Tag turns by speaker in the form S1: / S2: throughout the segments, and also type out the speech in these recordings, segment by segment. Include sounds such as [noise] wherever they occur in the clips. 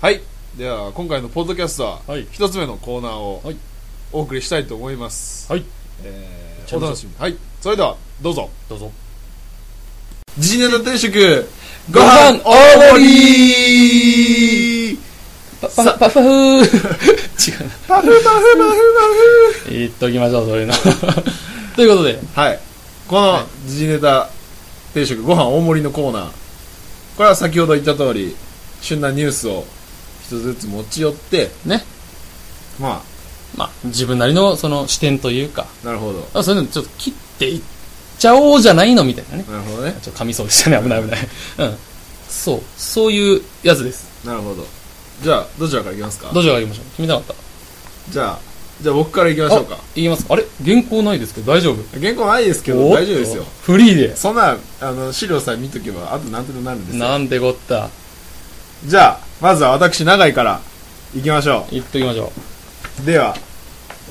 S1: はいでは今回のポッドキャストは
S2: はい
S1: 一つ目のコーナーを
S2: はい
S1: お送りしたいと思います、
S2: はい
S1: え
S2: ち
S1: ー
S2: ゃい
S1: お
S2: まし
S1: 楽し
S2: ょう
S1: みにはいそれではどうぞ
S2: どうぞ
S1: 自信ネタ定食
S2: ご飯
S1: 大
S2: 大
S1: 盛
S2: 盛
S1: り
S2: パパパフー [laughs] 違う
S1: パフ
S2: な
S1: パフパフパフ
S2: 言っときましょうそういうの [laughs] ということで
S1: はいこの時事ネタ定食ご飯大盛りのコーナーこれは先ほど言った通り旬なニュースを一つずつ持ち寄って
S2: ね
S1: ま
S2: まあ自分なりのその視点というか
S1: あなるほど
S2: あそういうのちょっと切っていっちゃおうじゃないのみたいなね
S1: なるほどね
S2: ちょっと噛みそうでしたね危ない危ないうんそうそういうやつです
S1: なるほどじゃあどちらからいきますか
S2: どちらが行きましょう決めたかった
S1: じゃあじゃあ僕からいきましょうか
S2: あいきますかあれ原稿ないですけど大丈夫
S1: 原稿ないですけど
S2: おっと
S1: 大丈夫ですよ
S2: フリーで
S1: そんなあの資料さえ見とけばあと何とでもなるんですよ
S2: なんてこった
S1: じゃあまずは私永井からいきましょ
S2: 言っときましょ
S1: うでは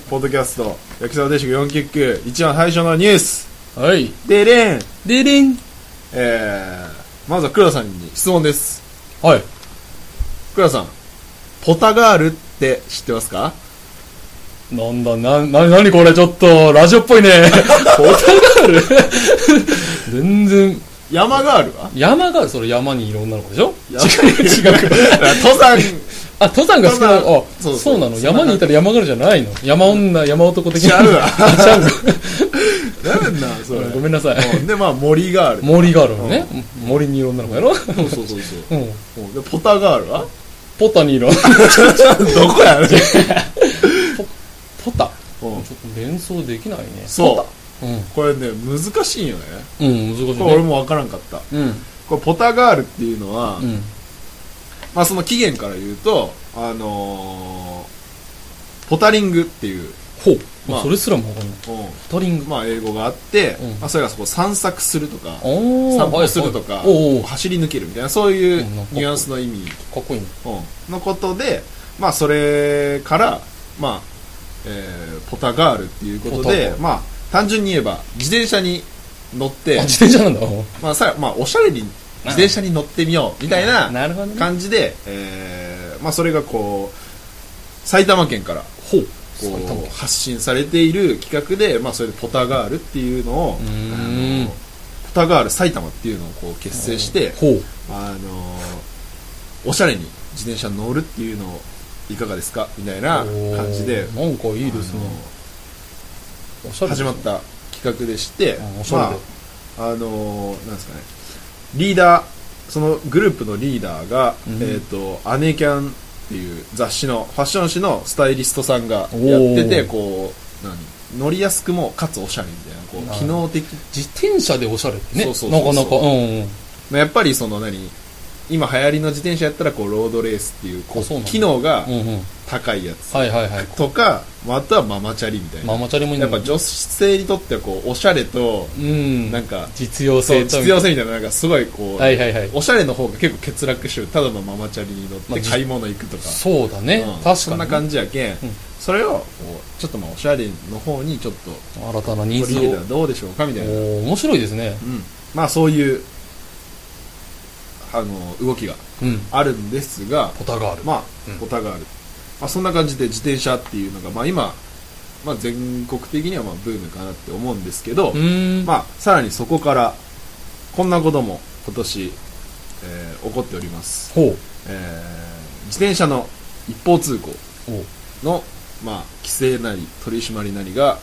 S1: ポッドキャスト焼きそば定食499一番最初のニュース
S2: うはい
S1: でれん
S2: でれん
S1: えー、まずは倉さんに質問です。
S2: はい
S1: 倉さん、ポタガールって知ってますか
S2: なんだ、な、な、なにこれちょっと、ラジオ
S1: [laughs]
S2: っぽいね。ポタガール全然、
S1: 山ガール [laughs] は
S2: 山が、それ山にいる女の子でしょ
S1: 山
S2: 違う、違う。
S1: 登山、
S2: あ、登山が好きなの、あ
S1: 登山、そ
S2: そう
S1: そうう
S2: なの。
S1: そんな感じ
S2: 山にいたら山があるじゃないの。山女、山男的
S1: ち
S2: な。
S1: ゃう [laughs] わ。
S2: あちゃうの
S1: [laughs] なんなんそれ。
S2: ごめんなさい。
S1: うんで、まあ、森ガール。
S2: 森があるのね。森にいる女の子やろ
S1: そうそうそうそう
S2: うん。
S1: うん。で、ポタガールは
S2: ポタにいる。
S1: [laughs] どこやねん。
S2: ポタ。
S1: うん
S2: ちょっと連想できないね。
S1: そう。
S2: うん。
S1: これね、難しいんよね。
S2: うん、難しい
S1: これ俺
S2: ね。
S1: もわからんかった。
S2: うん。
S1: これ、ポタガールっていうのは、
S2: うん。
S1: まあ、その起源から言うと、あのー、ポタリングっていう、
S2: ほう。
S1: まあ
S2: それすらもわかんない。
S1: うん
S2: ポタリング。
S1: まあ、英語があって、
S2: うん
S1: まあ、それがそこ散策するとか、
S2: おー
S1: 散歩すると
S2: は
S1: か
S2: いはいおーおー
S1: 走り抜けるみたいなそういう
S2: うんなんか
S1: ニュアンスの意味
S2: かっこいいね。
S1: うんのことで、まあ、それから、まあえーポタガールっていうことで
S2: ポタガー、ル
S1: まあ、単純に言えば自転車に乗って
S2: あ、自転車なんだ。
S1: まあさまあ、おしゃれに自転車に乗ってみよ [laughs] うみたいな
S2: るほどね
S1: 感じで、えーまあ、それがこう埼玉県から
S2: ほう。
S1: こ
S2: 埼玉
S1: う発信されている企画で、まあ、それでポタガールっていうのを
S2: うー
S1: あ
S2: ん
S1: のポタガール埼玉っていうのをこう結成して、
S2: ほう。
S1: あのおしゃれに自転車に乗るっていうのをいかがですかみたいな感じで
S2: おーなんかいいですね。おし
S1: あの
S2: ゃれ。
S1: 始まった企画でして
S2: うんお、しゃ
S1: ま
S2: れで
S1: ああのなんですかねリーダーそのグループのリーダーが、
S2: うん
S1: えっ、とアネキャンっていう雑誌のファッション誌のスタイリストさんがやってて
S2: おー
S1: こう何乗りやすくもかつおしゃれみたいなこう
S2: なる
S1: 機能的
S2: 自転車でおしゃれってね。
S1: そうそうそうそう
S2: なかなか。うんうん。
S1: まあやっぱりその何今流行りの自転車やったらこうロードレースっていうこ
S2: あそう
S1: う
S2: なんだ
S1: 機能が
S2: うんうん。
S1: 高いやつ
S2: はいはいはい。
S1: とか、まあ、あとはママチャリみたいな、
S2: ママチャリもいいん
S1: や
S2: だ
S1: っぱ女性にとってはこうおしゃれと
S2: うん。
S1: なんか、
S2: 実用
S1: そう
S2: 性と。
S1: 実用性みたいななんかすごいこう、
S2: はいはいはい。
S1: おしゃれの方が結構欠落してるただのママチャリに乗っ
S2: まあ
S1: て
S2: じ
S1: 買い物行くとか、
S2: そうだね
S1: うん。
S2: 確かに。
S1: そんな感じやけん、
S2: ん
S1: それをこうちょっとまあおしゃれの方にちょっと
S2: 新たなニー
S1: 取り
S2: ズ
S1: 入れたら
S2: を。
S1: どうでしょうかみ
S2: お
S1: たいな、うん
S2: ー面白いですね。
S1: まあそういうあの動きが
S2: うん。
S1: あるんですが、
S2: ポタガール。
S1: まあ
S2: うん、
S1: お互いある。まあ、そんな感じで自転車っていうのが、まあ今、まあ全国的にはまあブームかなって思うんですけど
S2: う、ーん。
S1: まあさらにそこから、こんなことも今年、えー起こっております。
S2: ほう。
S1: えー自転車の一方通行
S2: おう
S1: の、まあ、規制なり取り締まりなりが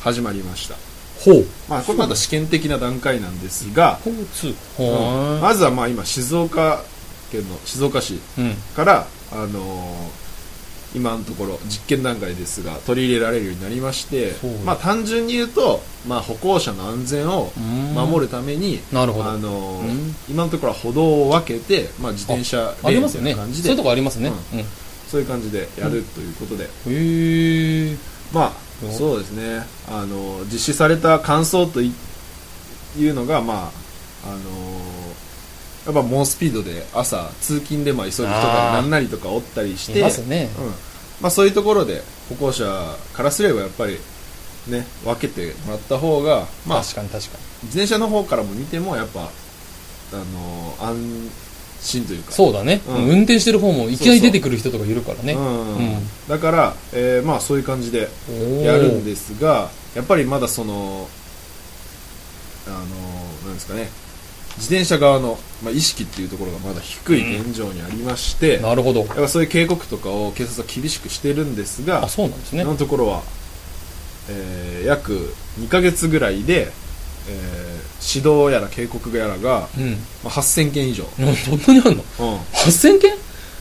S1: 始まりました。
S2: ほう。
S1: まあこれまだ試験的な段階なんですが、
S2: ほうつ。
S1: うん
S2: ほ
S1: まずはまあ今静岡県の静岡市
S2: う。うん。
S1: から、あのー今のところ実験段階ですが取り入れられるようになりまして
S2: そう、
S1: まあ、単純に言うと、まあ、歩行者の安全を守
S2: る。
S1: るために、
S2: なるほど
S1: あ。のー
S2: うん
S1: 今のところは歩道を分けて、まあ、自転車
S2: あ
S1: レー
S2: り
S1: ン
S2: ま
S1: み
S2: す
S1: た
S2: よ
S1: い
S2: ね。
S1: な
S2: そう
S1: 感じで、
S2: いうとこありますね。
S1: う
S2: うん。
S1: そういう感じでやるということで、
S2: へえ。
S1: ま
S2: う
S1: あ、
S2: ん
S1: そうですね、あのー実施された感想といいうのが、まああのーやっぱ猛スピードで朝通勤でまあ急ぐ人がなんなりとかおったりして
S2: いますね。
S1: うんまあ、そういうところで歩行者からすればやっぱり、ね、分けてもらった方が、まあ、
S2: 確かに確かに。
S1: 自転車の方からも見てもやっぱ、あのー安シーンというか
S2: そうだね、
S1: うん
S2: 運転してる方もいきなり出てくる人とかいるからね
S1: うん
S2: うん
S1: だから、えーまあ、そういう感じでやるんですがやっぱりまだそのあのなんですかね自転車側の、まあ、意識っていうところがまだ低い現状にありまして、
S2: おーなるほど
S1: やっぱそういう警告とかを警察は厳しくしてるんですが
S2: あそうなんですね
S1: 今のところは、えー約2ヶ月ぐらいで、えー指導やら警告やらが、
S2: うん
S1: まあ、8000件以上、
S2: なそんなにあんの
S1: うん、
S2: 8000件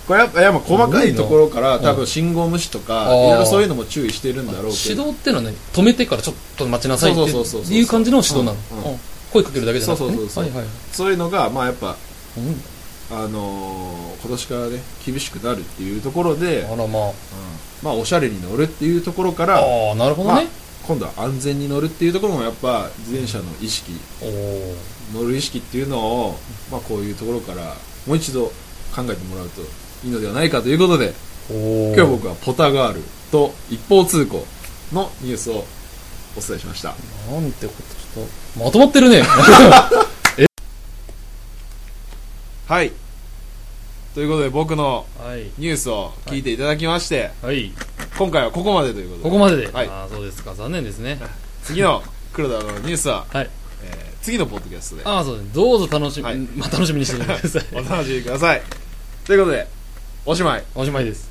S1: これやっぱやっぱ細かいところから
S2: すごいな
S1: 多分信号無視とか
S2: あ
S1: い
S2: ー
S1: ろいろそういうのも注意してるんだろうけ
S2: 指
S1: ど
S2: 導ってのはね止めてからちょっと待ちなさいって
S1: そうそうそうそう
S2: いう感じの指導なの、
S1: うんうん
S2: あ声かけるだけじゃなくて、
S1: そ
S2: ね、
S1: うそうそうそう
S2: はいはい
S1: そういうのがまあやっぱ、
S2: う
S1: あのー今年からね厳しくなるっていうところで、うん
S2: ん、あらまあ
S1: まあおしゃれに乗るっていうところから
S2: ああなるほど
S1: まあ
S2: ね、
S1: 今度は安全に乗るっていうところもやっぱ自転車の意識
S2: おお
S1: 乗る意識っていうのを、まあ、こういうところからもう一度考えてもらうといいのではないかということで
S2: おお
S1: 今日僕はポタガールと一方通行のニュースをお伝えしました
S2: なんてことちょっとまとまってる
S1: [laughs]
S2: ね [laughs]
S1: はいということで僕の
S2: はい
S1: ニュースを聞いていただきまして、
S2: はい
S1: 今回はここまでということで
S2: ここまでで、
S1: はい
S2: ああそうですか残念ですね
S1: 次の黒田のニュースは、
S2: はい
S1: えー次のポッドキャストで
S2: ああそうですどうぞ楽しみ、
S1: はい [laughs]
S2: まあ楽しみにしててください
S1: お楽しみくださいということでおしまい
S2: おしまいです